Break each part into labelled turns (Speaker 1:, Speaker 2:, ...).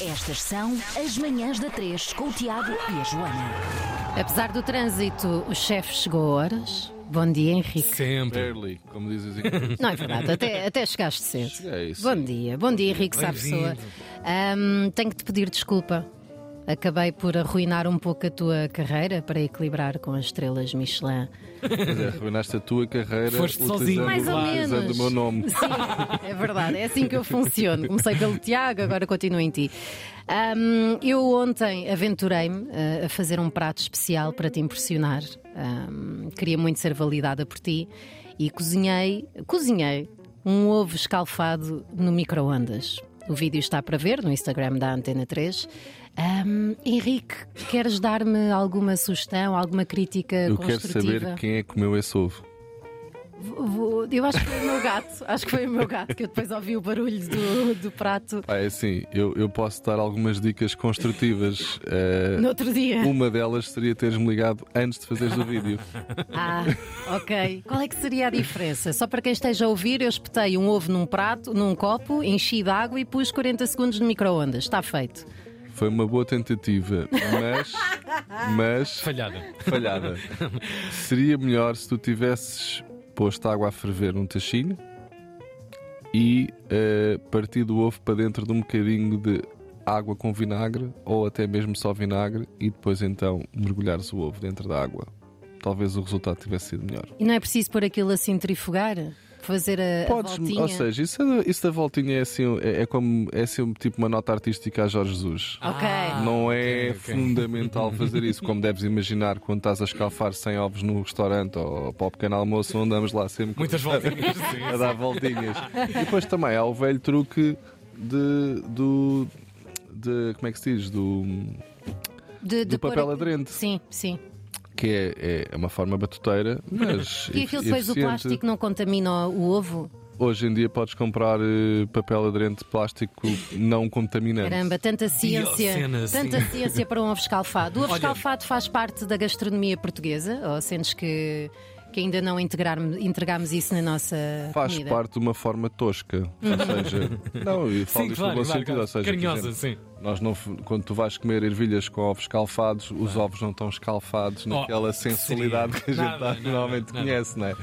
Speaker 1: Estas são as manhãs da 3 com o Tiago e a Joana.
Speaker 2: Apesar do trânsito, o chefe chegou a horas. Bom dia, Henrique.
Speaker 3: Sempre.
Speaker 4: Early, como dizem os ingleses.
Speaker 2: Não é verdade, até, até chegaste cedo.
Speaker 4: Cheguei, sim.
Speaker 2: Bom dia, bom dia, Henrique Sá Pessoa.
Speaker 3: Bem-vindo.
Speaker 2: Ahm, tenho que te pedir desculpa. Acabei por arruinar um pouco a tua carreira para equilibrar com as estrelas Michelin.
Speaker 4: Mas é, Arruinaste a tua carreira
Speaker 3: Foste
Speaker 4: utilizando-
Speaker 3: sozinho.
Speaker 2: Mais ou
Speaker 4: utilizando
Speaker 2: menos.
Speaker 4: o meu nome.
Speaker 2: Sim, é verdade, é assim que eu funciono. Comecei pelo Tiago, agora continuo em ti. Ahm, eu ontem aventurei-me ah, a fazer um prato especial para te impressionar. Ahm, queria muito ser validada por ti e cozinhei, cozinhei um ovo escalfado no micro-ondas. O vídeo está para ver no Instagram da Antena 3. Ahm, Henrique, queres dar-me alguma sugestão, alguma crítica
Speaker 4: Eu quero
Speaker 2: construtiva?
Speaker 4: saber quem é que comeu esse ovo.
Speaker 2: Vou- Eu acho que foi o meu gato, acho que foi o meu gato, que eu depois ouvi o barulho do, do prato
Speaker 4: Ah, é assim, eu, eu posso dar algumas dicas construtivas. Eh,
Speaker 2: no outro dia.
Speaker 4: uma delas seria teres-me ligado antes de fazeres o vídeo.
Speaker 2: Ah, ok. Qual é que seria a diferença? Só para quem esteja a ouvir, eu espetei um ovo num prato, num copo, enchi de água e pus 40 segundos no micro-ondas. Está feito.
Speaker 4: Foi uma boa tentativa, mas. mas
Speaker 3: Falhada.
Speaker 4: falhada. Seria melhor se tu tivesses posto água a ferver num tachinho e eh, partido o ovo para dentro de um bocadinho de água com vinagre ou até mesmo só vinagre e depois então mergulhares o ovo dentro da água. Talvez o resultado tivesse sido melhor.
Speaker 2: E não é preciso pôr aquilo a centrifugar? Fazer a, a voltinha?
Speaker 4: ou seja, isso, isso da voltinha é assim, é, é como é assim, tipo uma nota artística a Jorge Jesus.
Speaker 2: Ok.
Speaker 4: Não é
Speaker 3: ok, ok.
Speaker 4: fundamental fazer isso, como deves imaginar quando estás a escalfar 100 ovos num restaurante ou para o pequeno almoço, onde andamos lá sempre
Speaker 3: Muitas voltinhas. sim.
Speaker 4: a dar voltinhas. E depois também há o velho truque de, do. de- como é que se diz? Do,
Speaker 2: de,
Speaker 4: do
Speaker 2: pôr
Speaker 4: papel
Speaker 2: a-
Speaker 4: aderente,
Speaker 2: Sim, sim.
Speaker 4: que é, é uma forma batuteira, mas.
Speaker 2: E aquilo depois o
Speaker 4: eficiente.
Speaker 2: plástico não contamina o ovo?
Speaker 4: Hoje em dia podes comprar eh, papel aderente de plástico não contaminante.
Speaker 2: Caramba, tanta ciência,
Speaker 3: Diocena, sim.
Speaker 2: tanta ciência para um ovo escalfado. O ovo
Speaker 3: assim. Olha-
Speaker 2: escalfado faz parte da gastronomia portuguesa, ou sentes que, que ainda não integrarmos, entregámos isso na nossa
Speaker 4: Faz
Speaker 2: comida?
Speaker 4: parte de uma forma tosca. Ou seja, não, e falo
Speaker 3: Sim,
Speaker 4: isto
Speaker 3: claro,
Speaker 4: no
Speaker 3: claro,
Speaker 4: bom sentido.
Speaker 3: claro.
Speaker 4: Ou seja, por
Speaker 3: Carinhosa,
Speaker 4: exemplo,
Speaker 3: sim.
Speaker 4: Nós não, f- quando tu vais comer ervilhas com ovos escalfados, os ovos não estão escalfados naquela
Speaker 3: Oh, seria.
Speaker 4: sensualidade que a gente
Speaker 3: Nada,
Speaker 4: tá-
Speaker 3: nada,
Speaker 4: normalmente
Speaker 3: nada.
Speaker 4: conhece, não é?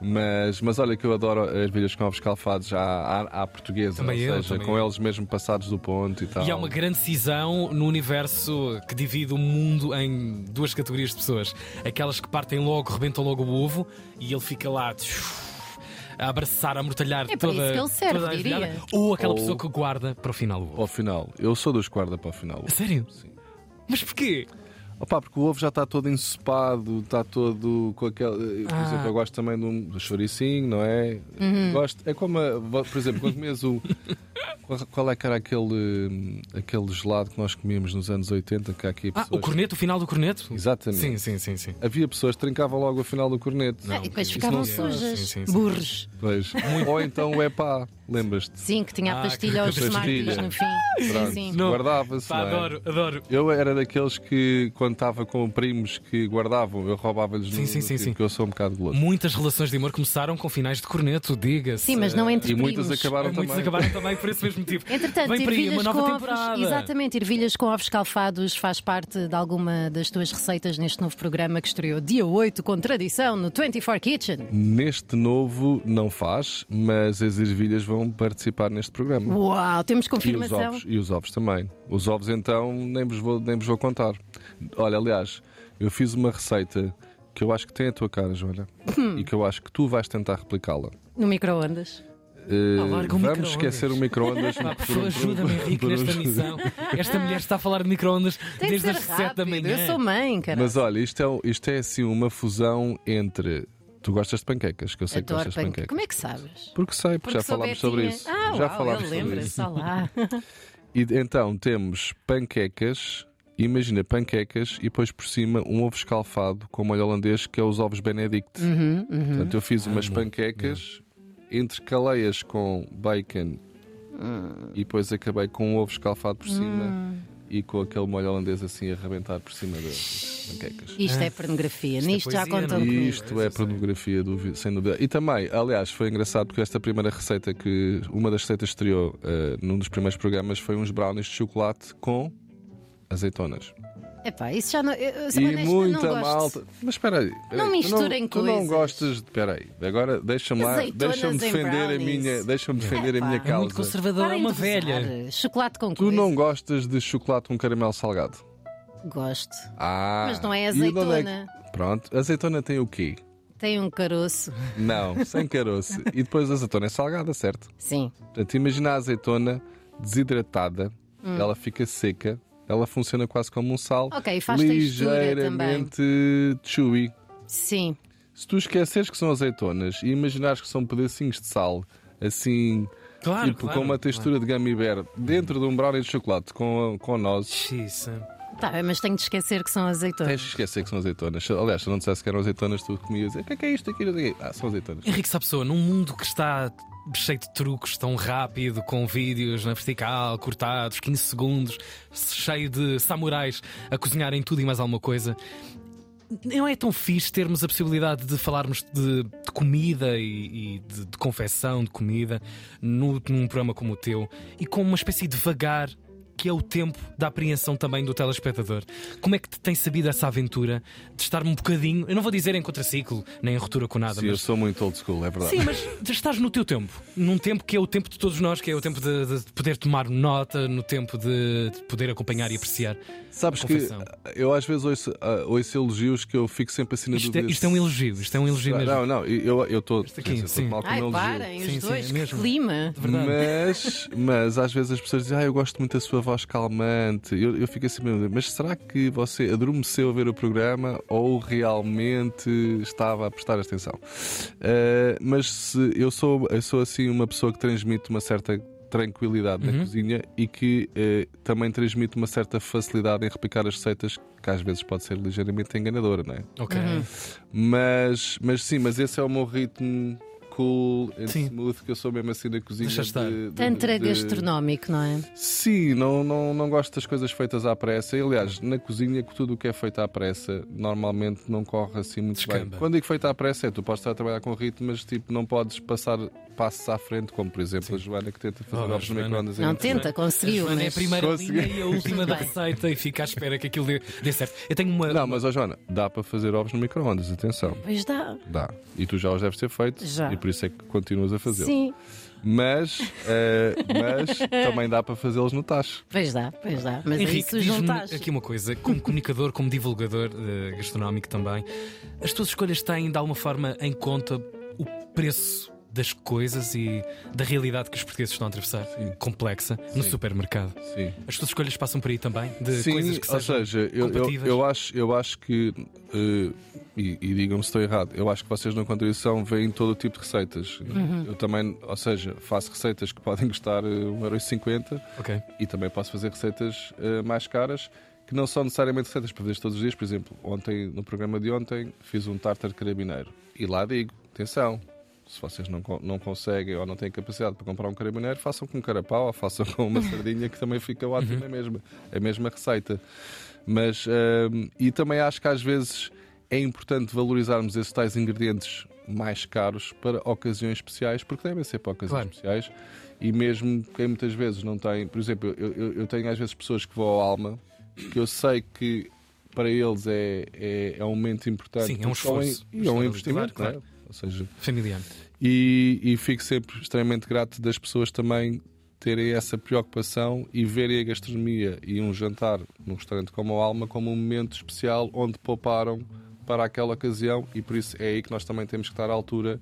Speaker 4: Mas, mas olha que eu adoro ervilhas com ovos escalfados à, à, à portuguesa,
Speaker 3: Também
Speaker 4: ou
Speaker 3: eu,
Speaker 4: seja,
Speaker 3: também
Speaker 4: com
Speaker 3: eu.
Speaker 4: eles mesmo passados do ponto e tal.
Speaker 3: E há uma grande cisão no universo que divide o mundo em duas categorias de pessoas. Aquelas que partem logo, rebentam logo o ovo e ele fica lá tchuf, a abraçar, a mortalhar
Speaker 2: É para
Speaker 3: toda,
Speaker 2: isso que ele serve,
Speaker 3: toda a
Speaker 2: diria.
Speaker 3: ervilhada. Ou aquela
Speaker 4: Ou-
Speaker 3: pessoa que guarda para o final o ovo.
Speaker 4: Ao final, eu sou dos guarda para o final.
Speaker 3: A Sério? Mas porquê?
Speaker 4: Opa, porque o ovo já está todo ensopado, está todo com aquele. Por
Speaker 3: Ah. Uhum.
Speaker 4: exemplo, eu gosto também de um choricinho, não é? Gosto. É como, a- por exemplo, quando comias o. qual- Qual é que era aquele, hum, aquele gelado que nós comíamos nos anos 80? Que há aqui
Speaker 3: Ah,
Speaker 4: pessoas.
Speaker 3: o corneto, o final do corneto?
Speaker 4: Exatamente.
Speaker 3: Sim, sim, sim, sim.
Speaker 4: Havia pessoas que trincavam logo a final do corneto.
Speaker 2: Ah, e depois
Speaker 4: Isso
Speaker 2: ficavam
Speaker 4: não se faz.
Speaker 2: sujas,
Speaker 3: é, sim, sim, sim.
Speaker 2: burros.
Speaker 4: Pois. Ou então o epá, lembras-te?
Speaker 2: Sim, que tinha a
Speaker 3: Ah,
Speaker 2: pastilha
Speaker 3: que-
Speaker 2: aos
Speaker 4: a pastilha.
Speaker 2: smarties no fim. Sim,
Speaker 4: Pronto.
Speaker 2: sim.
Speaker 3: Não.
Speaker 4: Guardava-se.
Speaker 3: Pá,
Speaker 4: não é?
Speaker 3: adoro, adoro.
Speaker 4: Eu era daqueles que, quando estava com primos que guardavam, eu roubava-lhes
Speaker 3: Sim,
Speaker 4: no-
Speaker 3: sim, sim,
Speaker 4: tipo,
Speaker 3: sim.
Speaker 4: que eu sou um bocado goloso.
Speaker 3: Muitas relações de amor começaram com finais de corneto, diga-se.
Speaker 2: Sim, mas não entre
Speaker 4: E muitas
Speaker 2: primos.
Speaker 4: acabaram
Speaker 3: É, Muitos
Speaker 4: também.
Speaker 3: acabaram também por esse mesmo motivo.
Speaker 2: Entretanto,
Speaker 3: Vem por aí
Speaker 2: ervilhas
Speaker 3: uma
Speaker 2: com
Speaker 3: nova
Speaker 2: ovos,
Speaker 3: temporada.
Speaker 2: exatamente, ervilhas com ovos calfados faz parte de alguma das tuas receitas neste novo programa que estreou dia 8 com tradição no 24 Kitchen.
Speaker 4: Neste novo não faz, mas as ervilhas vão participar neste programa.
Speaker 2: Uau, temos
Speaker 4: E os,
Speaker 2: confirmação.
Speaker 4: ovos, e os ovos também. Os ovos, então, nem vos, vou, nem vos vou contar. Olha, aliás, eu fiz uma receita que eu acho que tem a tua cara, Joana,
Speaker 3: Hum.
Speaker 4: e que eu acho que tu vais tentar replicá-la.
Speaker 2: No micro-ondas.
Speaker 4: Eh,
Speaker 3: Ah, larga o
Speaker 4: vamos
Speaker 3: micro-ondas.
Speaker 4: esquecer o micro-ondas.
Speaker 3: Pá, por
Speaker 4: por um-
Speaker 3: favor, ajuda-me, Henrique,
Speaker 4: por um-
Speaker 3: nesta missão. Esta mulher está a falar de microondas
Speaker 2: Tem
Speaker 3: desde
Speaker 2: que
Speaker 3: as
Speaker 2: ser
Speaker 3: 7 da
Speaker 2: rápido,
Speaker 3: manhã.
Speaker 2: Eu sou mãe, cara.
Speaker 4: Mas olha, isto é, um- isto é assim uma fusão entre. Tu gostas de panquecas, que eu sei que
Speaker 2: Adoro
Speaker 4: gostas de
Speaker 2: panqueca.
Speaker 4: panquecas.
Speaker 2: Como é que sabes?
Speaker 4: Porque sei, porque, já
Speaker 2: sou
Speaker 4: falámos sobre
Speaker 2: Betinha.
Speaker 4: isso.
Speaker 2: Ah,
Speaker 4: já
Speaker 2: uau,
Speaker 4: falámos
Speaker 2: ele
Speaker 4: sobre
Speaker 2: lembra-se,
Speaker 4: isso.
Speaker 2: está lá.
Speaker 4: E de- então temos panquecas, imagina panquecas e depois por cima um ovo escalfado com molho holandês que é os ovos Benedict. Portanto, eu fiz umas panquecas, intercalei-as com bacon e depois acabei com um ovo escalfado por cima. e com aquele molho holandês assim a arrebentar por cima das panquecas.
Speaker 2: Isto é pornografia.
Speaker 3: Isto é
Speaker 2: Nisto já
Speaker 3: poesia,
Speaker 2: contam
Speaker 3: não é?
Speaker 2: comigo.
Speaker 4: Isto é pornografia, dúvida, sem dúvida. E também, aliás, foi engraçado porque esta primeira receita que. Uma das receitas que estreou eh, num dos primeiros programas foi uns brownies de chocolate com azeitonas.
Speaker 2: Epá, isso já não. Eu, eu, sou
Speaker 4: E
Speaker 2: honesta,
Speaker 4: muita
Speaker 2: não gosto.
Speaker 4: malta. Mas espera aí. espera aí,
Speaker 2: Não
Speaker 4: tu
Speaker 2: misturem
Speaker 4: tu não
Speaker 2: coisas.
Speaker 4: gostas de. Espera aí. Agora deixa-me lá.
Speaker 2: Azeitonas
Speaker 4: Deixa-me
Speaker 2: em
Speaker 4: defender a
Speaker 2: brownies.
Speaker 4: minha, deixa-me defender a
Speaker 2: Epá. É
Speaker 4: minha
Speaker 3: É muito
Speaker 4: causa.
Speaker 3: conservadora, é
Speaker 2: Parem
Speaker 3: uma
Speaker 2: de gozar.
Speaker 3: velha.
Speaker 2: eh, Chocolate com
Speaker 4: Tu
Speaker 2: coisa.
Speaker 4: não gostas de chocolate com caramelo salgado?
Speaker 2: Gosto.
Speaker 4: Ah.
Speaker 2: Mas não é
Speaker 4: e de onde é que-
Speaker 2: azeitona.
Speaker 4: Pronto. Azeitona tem o quê?
Speaker 2: Tem um caroço.
Speaker 4: Não, sem caroço. e depois a azeitona é salgada, certo?
Speaker 2: Sim.
Speaker 4: Portanto, imagina a azeitona desidratada, ela fica seca, ela funciona quase como um sal,
Speaker 2: Hum. Ok, faz textura
Speaker 4: ligeiramente chewy.
Speaker 2: Sim.
Speaker 4: Se tu esqueceres que são azeitonas e imaginares que são pedacinhos de sal, assim,
Speaker 3: Claro,
Speaker 4: tipo
Speaker 3: claro,
Speaker 4: com uma textura de gummy bear, dentro de um brownie de chocolate com, com nozes,
Speaker 3: Xiça.
Speaker 2: Tá bem, mas tenho de esquecer que são azeitonas.
Speaker 4: tens de esquecer que são azeitonas. Aliás, se eu não dissesse que eram azeitonas, tu comias. O que é que é isto aqui? não sei o quê." Ah, são azeitonas.
Speaker 3: Henrique Sapessoa, num mundo que está cheio de truques tão rápido, com vídeos na vertical, cortados, 15 segundos, cheio de samurais a cozinharem tudo e mais alguma coisa. Não é tão fixe termos a possibilidade de falarmos de, de comida e, e de, de confecção de comida no- num programa como o teu e com uma espécie de vagar que é o tempo da apreensão também do telespectador. Como é que te tem sabido essa aventura de estar um bocadinho, eu não vou dizer em contraciclo, nem em ruptura com nada,
Speaker 4: Sim, eu
Speaker 3: mas
Speaker 4: sou muito old school, é verdade.
Speaker 3: Sim, mas estás no teu tempo. Num tempo que é o tempo de todos nós, que é o tempo de, de poder tomar nota, no tempo de, de poder acompanhar e apreciar.
Speaker 4: Sabes que
Speaker 3: Confecção.
Speaker 4: eu às vezes ouço, ah, ouço elogios que eu fico sempre assim na
Speaker 3: Isto é,
Speaker 4: dúvida.
Speaker 3: isto é um elogio, isto é um elogio mesmo.
Speaker 4: Não, não, eu estou
Speaker 3: aqui, sim.
Speaker 4: mal com um
Speaker 2: Ai,
Speaker 4: elogio.
Speaker 2: parem, é
Speaker 3: Sim,
Speaker 2: os
Speaker 3: sim,
Speaker 2: dois. que
Speaker 3: mesmo.
Speaker 2: clima.
Speaker 3: De verdade.
Speaker 4: Mas, mas às vezes as pessoas dizem, ah, eu gosto muito da sua voz calmante. Eu, eu fico assim mesmo, mas será que você adormeceu a ver o programa ou realmente estava a prestar atenção? Ah, mas se- eu, sou, eu sou assim uma pessoa que transmite uma certa tranquilidade
Speaker 3: Uhum.
Speaker 4: na cozinha e que eh, também transmite uma certa facilidade em replicar as receitas que às vezes pode ser ligeiramente enganadora, não é?
Speaker 3: Ok.
Speaker 2: Uhum.
Speaker 4: Mas, mas sim, mas esse é o meu ritmo cool and
Speaker 3: Sim.
Speaker 4: smooth que eu sou mesmo assim na cozinha.
Speaker 3: Deixa estar.
Speaker 4: de- de-
Speaker 2: Tantra
Speaker 4: de-
Speaker 2: gastronómico, não é?
Speaker 4: Sim, não, não, não gosto das coisas feitas à pressa. E, aliás, na cozinha, tudo o que é feito à pressa normalmente não corre assim muito
Speaker 3: Descamba.
Speaker 4: bem. Quando digo feito à pressa, é tu podes estar a trabalhar com ritmo, mas tipo, não podes passar passos à frente, como por exemplo a Joana que tenta fazer
Speaker 3: Oh,
Speaker 4: ovos no
Speaker 3: Joana.
Speaker 4: microondas. e
Speaker 2: Não
Speaker 4: consegue.
Speaker 2: tenta, conseguiu.
Speaker 3: Joana é a
Speaker 2: mas-
Speaker 3: primeira
Speaker 4: Consegui.
Speaker 3: linha e a última da receita e fica à espera que aquilo dê, dê certo. Eu tenho uma.
Speaker 4: Não, mas ó Joana, dá para fazer ovos no microondas, atenção.
Speaker 2: Pois dá.
Speaker 4: Dá. E tu já os deves ter feito
Speaker 2: Já.
Speaker 4: e por isso é que continuas a fazê-los.
Speaker 2: Sim,
Speaker 4: Mas, eh, mas também dá para fazê-los no tacho.
Speaker 2: pois dá, pois dá. Mas aí
Speaker 3: Henrique,
Speaker 2: se
Speaker 3: diz-me
Speaker 2: juntas.
Speaker 3: aqui uma coisa, como comunicador, como divulgador eh, gastronómico também, as tuas escolhas têm de alguma forma em conta o preço das coisas e da realidade que os portugueses estão a atravessar, complexa, no supermercado.
Speaker 4: Sim.
Speaker 3: As tuas escolhas passam por aí também? De coisas que
Speaker 4: ou
Speaker 3: sejam
Speaker 4: seja, eu, eu,
Speaker 3: compatíveis?
Speaker 4: eu acho, eu acho que, eh, e, e digam-me se estou errado, eu acho que vocês na contribuição veem todo o tipo de receitas.
Speaker 3: Uhum.
Speaker 4: Eu também, ou seja, faço receitas que podem custar eh, 1,50€
Speaker 3: Ok.
Speaker 4: e também posso fazer receitas eh, mais caras que não são necessariamente receitas para fazer todos os dias. Por exemplo, ontem, no programa de ontem, fiz um tartar carabineiro e lá digo: atenção, se vocês não, con- não conseguem ou não têm capacidade para comprar um carabineiro, façam com um carapau ou façam com uma sardinha que também fica ótimo a, mesma, a mesma receita. Mas, hum, e também acho que às vezes é importante valorizarmos esses tais ingredientes mais caros para ocasiões especiais, porque devem ser para ocasiões
Speaker 3: Claro.
Speaker 4: especiais. E mesmo quem muitas vezes não tem, por exemplo, eu, eu, eu tenho às vezes pessoas que vão ao Alma que eu sei que para eles é, é, é um momento importante
Speaker 3: Sim, é um
Speaker 4: porque é um-
Speaker 3: esforço.
Speaker 4: e é um
Speaker 3: Claro,
Speaker 4: investimento,
Speaker 3: claro.
Speaker 4: não é? Ou seja,
Speaker 3: Familiar.
Speaker 4: e, e fico sempre extremamente grato das pessoas também terem essa preocupação e verem a gastronomia e um jantar num restaurante como o Alma como um momento especial onde pouparam para aquela ocasião e por isso é aí que nós também temos que estar à altura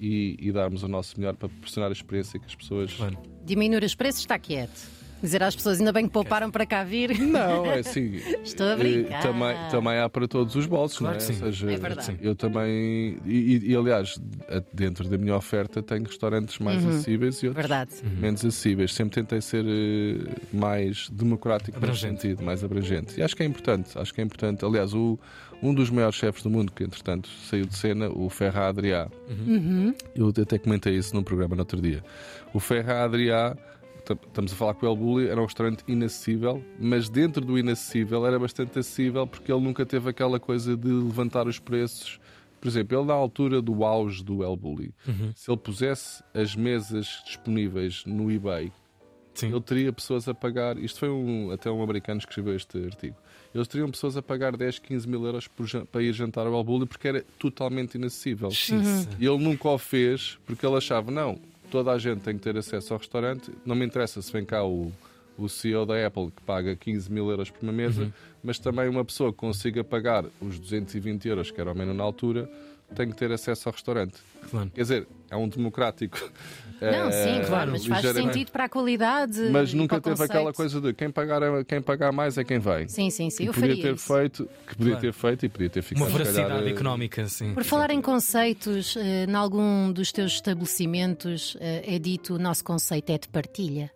Speaker 4: e, e darmos o nosso melhor para proporcionar a experiência que as pessoas
Speaker 3: Claro.
Speaker 2: Diminuir os preços está quieto. Dizer às pessoas, ainda bem que pouparam para cá vir.
Speaker 4: Não, é assim.
Speaker 2: Estou a
Speaker 4: eh,
Speaker 2: brincar.
Speaker 4: Também, também há para todos os bolsos,
Speaker 3: Claro
Speaker 4: não é?
Speaker 3: que sim.
Speaker 4: Ou seja,
Speaker 2: É verdade. Sim.
Speaker 4: Eu também. E, e- e, aliás, a- dentro da minha oferta, tenho restaurantes mais
Speaker 2: Uhum.
Speaker 4: acessíveis e outros
Speaker 2: Verdade.
Speaker 4: menos acessíveis. Sempre tentei ser eh, mais democrático nesse
Speaker 3: Abrangente.
Speaker 4: sentido, mais abrangente. E acho que é importante. Acho que é importante. Aliás, o, um dos maiores chefes do mundo, que entretanto saiu de cena, o Ferra Adriá. Eu até comentei isso num programa no outro dia. O Ferra Adriá tam- estamos a falar que o El Bulli era um restaurante inacessível, mas dentro do inacessível era bastante acessível porque ele nunca teve aquela coisa de levantar os preços. Por exemplo, ele na altura do auge do El Bulli, se ele pusesse as mesas disponíveis no eBay
Speaker 3: Sim.
Speaker 4: ele teria pessoas a pagar. Isto foi um, até um americano que escreveu este artigo. Eles teriam pessoas a pagar 10, 15 mil euros por jan- para ir jantar ao Albuli porque era totalmente inacessível.
Speaker 3: Xiça.
Speaker 4: E ele nunca o fez porque ele achava: não, toda a gente tem que ter acesso ao restaurante. Não me interessa se vem cá o, o CEO da Apple que paga 15 mil euros por uma mesa, mas também uma pessoa que consiga pagar os 220 euros, que era o menos na altura, tem que ter acesso ao restaurante.
Speaker 3: Claro.
Speaker 4: Quer dizer, é um democrático.
Speaker 2: Não,
Speaker 4: eh,
Speaker 2: sim, claro, mas faz
Speaker 4: ligeiramente
Speaker 2: sentido para a qualidade.
Speaker 4: mas
Speaker 2: e
Speaker 4: nunca
Speaker 2: para o
Speaker 4: teve aquela
Speaker 2: conceito.
Speaker 4: coisa de quem pagar, é- quem pagar mais é quem vem.
Speaker 2: Sim, sim, sim.
Speaker 4: Que
Speaker 2: Eu
Speaker 4: podia
Speaker 2: faria
Speaker 4: ter
Speaker 2: isso.
Speaker 4: feito, que podia
Speaker 3: Claro.
Speaker 4: ter feito e podia ter ficado
Speaker 3: Uma
Speaker 4: se calhar,
Speaker 3: voracidade
Speaker 4: eh,
Speaker 3: económica, sim.
Speaker 2: Por falar em conceitos, eh, em algum dos teus estabelecimentos eh, é dito o nosso conceito é de partilha.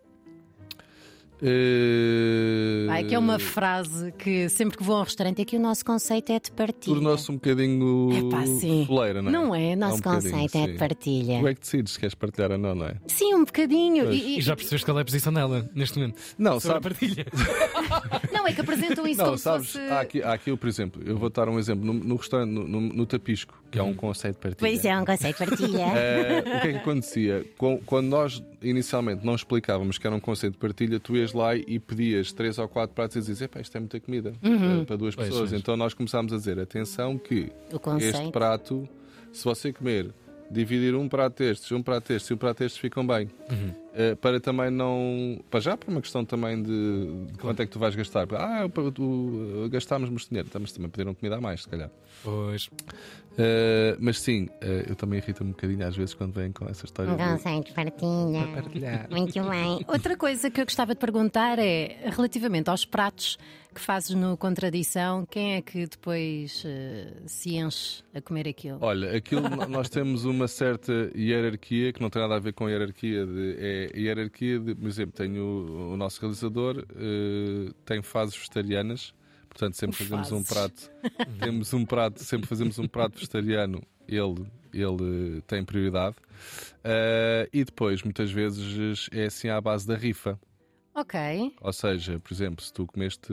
Speaker 4: eh,
Speaker 2: Ah, que é uma frase que sempre que vou a um restaurante é que o nosso conceito é de partilha.
Speaker 4: Tornou-se um bocadinho
Speaker 2: Epá, sim.
Speaker 4: foleira, não é?
Speaker 2: Não é? O nosso
Speaker 4: um bocadinho,
Speaker 2: conceito é de
Speaker 4: sim.
Speaker 2: partilha.
Speaker 4: Tu é que decides se queres partilhar ou não, não é?
Speaker 2: Sim, um bocadinho. E-
Speaker 3: E
Speaker 2: e-
Speaker 3: já percebeste qual é a posição dela neste momento?
Speaker 4: Não,
Speaker 3: Sobre a
Speaker 4: sabe,
Speaker 3: partilha.
Speaker 2: Não, é que apresentam isso
Speaker 4: não
Speaker 2: como
Speaker 4: sabes,
Speaker 2: se fosse.
Speaker 4: há, aqui, um há aqui, por exemplo, eu vou dar um exemplo no, no restaurante, no, no- no Tapisco, que é um conceito de partilha.
Speaker 2: Hum. Pois é, um conceito de partilha.
Speaker 4: Eh, o que é que acontecia? Com- Quando nós inicialmente não explicávamos que era um conceito de partilha, tu ias lá e pedias três ou quatro pratos e dizias: Epá, isto é muita comida eh, para duas
Speaker 3: Pois,
Speaker 4: pessoas.
Speaker 3: pois.
Speaker 4: Então nós começámos a dizer: atenção, que
Speaker 2: Uhum. O conceito.
Speaker 4: este prato, se você comer, dividir um prato destes, um prato destes e um prato destes, ficam bem.
Speaker 3: Uhum.
Speaker 4: Eh, para também não. Para já, para uma questão também de de quanto é que tu vais gastar. Ah, eu- tu, eh, gastámos muito dinheiro, estamos também pediram comida a mais, se calhar.
Speaker 3: Pois.
Speaker 4: Uh, mas sim, uh, eu também irrito-me um bocadinho às vezes quando vêm com essa história.
Speaker 2: Um
Speaker 4: de-
Speaker 2: conceito de partilha.
Speaker 4: Uhum. Partilhar.
Speaker 2: Muito bem. Outra coisa que eu gostava de perguntar é relativamente aos pratos que fazes no Contradição, quem é que depois eh, se enche a comer aquilo?
Speaker 4: Olha, aquilo no- nós temos uma certa hierarquia que não tem nada a ver com hierarquia. De, é hierarquia de, por exemplo, tenho o, o nosso realizador, uh, tem fases vegetarianas, portanto sempre fazemos um
Speaker 2: Fases.
Speaker 4: prato. temos um prato, sempre fazemos um prato vegetariano, ele, ele uh, tem prioridade. Uh, e depois, muitas vezes, é assim à base da rifa.
Speaker 2: Ok.
Speaker 4: Ou seja, por exemplo, se tu comeste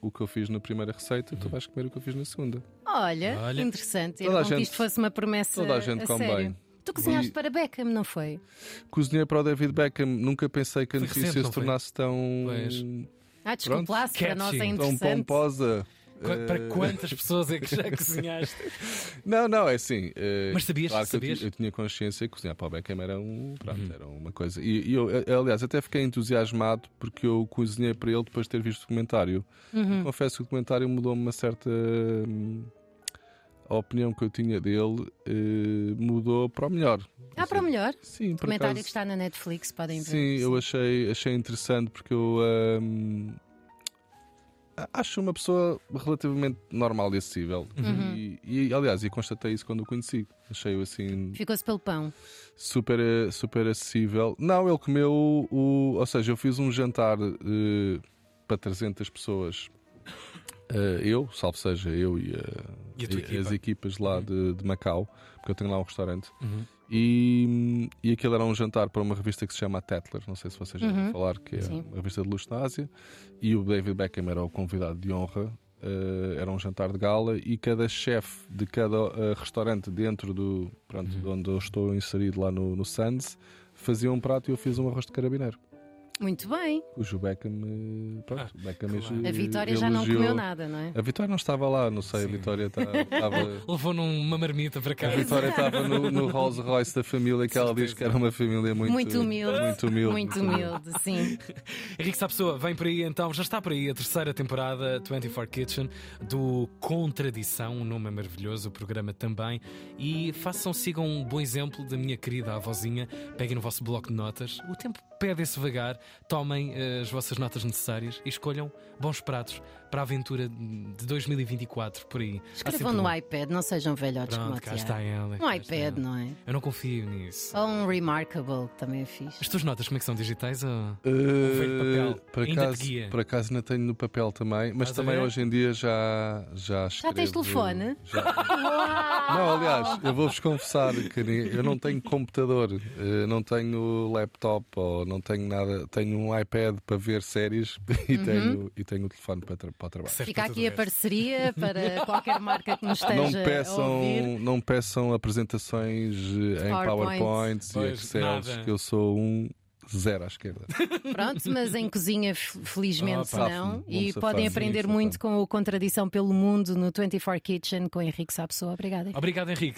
Speaker 4: o que eu fiz na primeira receita, tu vais comer o que eu fiz na segunda.
Speaker 2: Olha,
Speaker 3: Olha.
Speaker 2: interessante. Era
Speaker 4: Toda a
Speaker 2: bom que
Speaker 4: gente-
Speaker 2: isto fosse uma promessa.
Speaker 4: toda a gente come
Speaker 2: Eh, sério.
Speaker 4: bem.
Speaker 2: Tu cozinhaste
Speaker 4: E-
Speaker 2: para Beckham, não foi?
Speaker 4: Cozinhei para o David Beckham, nunca pensei que a
Speaker 3: Foi
Speaker 4: notícia
Speaker 3: recente, não
Speaker 4: se
Speaker 3: foi?
Speaker 4: tornasse tão,
Speaker 3: Pois.
Speaker 2: Ah, desculpa, lá, se para nós é
Speaker 3: Catchy.
Speaker 4: tão
Speaker 2: interessante.
Speaker 4: pomposa.
Speaker 3: Qu- Para
Speaker 4: Eh,
Speaker 3: quantas pessoas é que já cozinhaste?
Speaker 4: Não, não, é assim. eh,
Speaker 3: Mas sabias-
Speaker 4: claro que eu ti-
Speaker 3: sabias?
Speaker 4: Eu, tinha consciência que cozinhar para o Beckham era, um, pronto,
Speaker 2: Uhum.
Speaker 4: era uma coisa. E, e eu, eh, aliás, até fiquei entusiasmado porque eu cozinhei para ele depois de ter visto o documentário.
Speaker 2: Uhum.
Speaker 4: E Confesso que o documentário mudou-me uma certa. hum, a opinião que eu tinha dele eh, mudou para o melhor. Assim,
Speaker 2: Ah, para o melhor.
Speaker 4: Sim, por
Speaker 2: Comentário
Speaker 4: acaso,
Speaker 2: que está na Netflix, podem ver.
Speaker 4: Sim, eu achei, achei interessante porque eu hum, acho uma pessoa relativamente normal e acessível. E, e, aliás, e constatei isso quando o conheci. Achei-o assim
Speaker 2: Ficou-se pelo pão.
Speaker 4: super, eh, super acessível. Não, ele comeu o. Ou seja, eu fiz um jantar eh, para 300 pessoas. Eh, eu, salvo seja, eu e, a-
Speaker 3: E a tua
Speaker 4: e-
Speaker 3: equipa? Uhum.
Speaker 4: as equipas lá de, de Macau, porque eu tenho lá um restaurante. E, e aquilo era um jantar para uma revista que se chama Tetler, não sei se vocês já ouviram falar, que é
Speaker 2: Sim.
Speaker 4: uma revista de luxo na Ásia. E o David Beckham era o convidado de honra. eh, era um jantar de gala e cada chefe de cada eh, restaurante dentro do pronto,
Speaker 3: Uhum.
Speaker 4: de onde eu estou inserido lá no, no Sands fazia um prato e eu fiz um arroz de carabineiro.
Speaker 2: Muito bem.
Speaker 4: Cujo Beckham, eh, pronto, o Beckham
Speaker 3: claro.
Speaker 4: eh,
Speaker 2: A Vitória já não
Speaker 4: elogiou-
Speaker 2: comeu nada, não é?
Speaker 4: A Vitória não estava lá, não sei, a Vitória estava.
Speaker 3: Levou numa marmita para
Speaker 4: A
Speaker 3: cá.
Speaker 4: Vitória estava no, no Rolls Royce da família, que ela diz que era uma família muito,
Speaker 2: Muito humilde.
Speaker 4: Muito humilde.
Speaker 2: Muito humilde, sim.
Speaker 3: Henrique Sapessoa, vem por aí então, já está por aí a terceira temporada 24 Kitchen do Contradição, um nome é maravilhoso, o programa também. E façam, sigam um bom exemplo da minha querida avózinha, peguem no vosso bloco de notas. O tempo pede esse vagar tomem eh, as vossas notas necessárias e escolham bons pratos para a aventura de 2024, por aí. Há
Speaker 2: Escrevam
Speaker 3: sempre
Speaker 2: no
Speaker 3: um.
Speaker 2: iPad, não sejam velhotes como o
Speaker 3: Pronto, cá está
Speaker 2: Tiago.
Speaker 3: ela.
Speaker 2: Um
Speaker 3: cá está
Speaker 2: iPad,
Speaker 3: ela.
Speaker 2: não é?
Speaker 3: Eu não confio nisso.
Speaker 2: Ou um Remarkable, que também é fixe.
Speaker 3: As tuas notas, como é que são? Digitais ou.
Speaker 4: Uh,
Speaker 3: velho papel.
Speaker 4: por,
Speaker 3: Ainda te
Speaker 4: acaso,
Speaker 3: guia.
Speaker 4: por acaso ainda tenho no papel também,
Speaker 3: Estás
Speaker 4: mas
Speaker 3: a
Speaker 4: também
Speaker 3: ver?
Speaker 4: hoje em dia já Já,
Speaker 2: Já tens
Speaker 4: escrevo-
Speaker 2: telefone?
Speaker 4: Já. Não, aliás, eu vou-vos confessar que ni- eu não tenho computador, eh, não tenho laptop ou não tenho nada. Tenho um iPad para ver séries e,
Speaker 2: Uhum.
Speaker 4: tenho, e tenho o telefone para, tra- para o trabalho.
Speaker 3: Serve
Speaker 2: Fica
Speaker 3: para tudo
Speaker 2: aqui
Speaker 3: o
Speaker 2: a
Speaker 3: resto.
Speaker 2: parceria para qualquer marca que nos esteja
Speaker 4: Não
Speaker 2: a ouvir.
Speaker 4: peçam, não peçam apresentações eh, em
Speaker 2: PowerPoints.
Speaker 4: PowerPoints e
Speaker 3: Pois,
Speaker 4: Excel,
Speaker 3: nada.
Speaker 4: que eu sou um zero à esquerda.
Speaker 2: Pronto, mas em cozinha, f- felizmente
Speaker 4: Opa.
Speaker 2: não.
Speaker 4: Safo-me,
Speaker 2: E
Speaker 4: safado.
Speaker 2: podem
Speaker 4: Sim,
Speaker 2: aprender
Speaker 4: safado.
Speaker 2: muito com o Contradição pelo Mundo no 24 Kitchen com Henrique Sapsou. Obrigada.
Speaker 3: Obrigado, Henrique.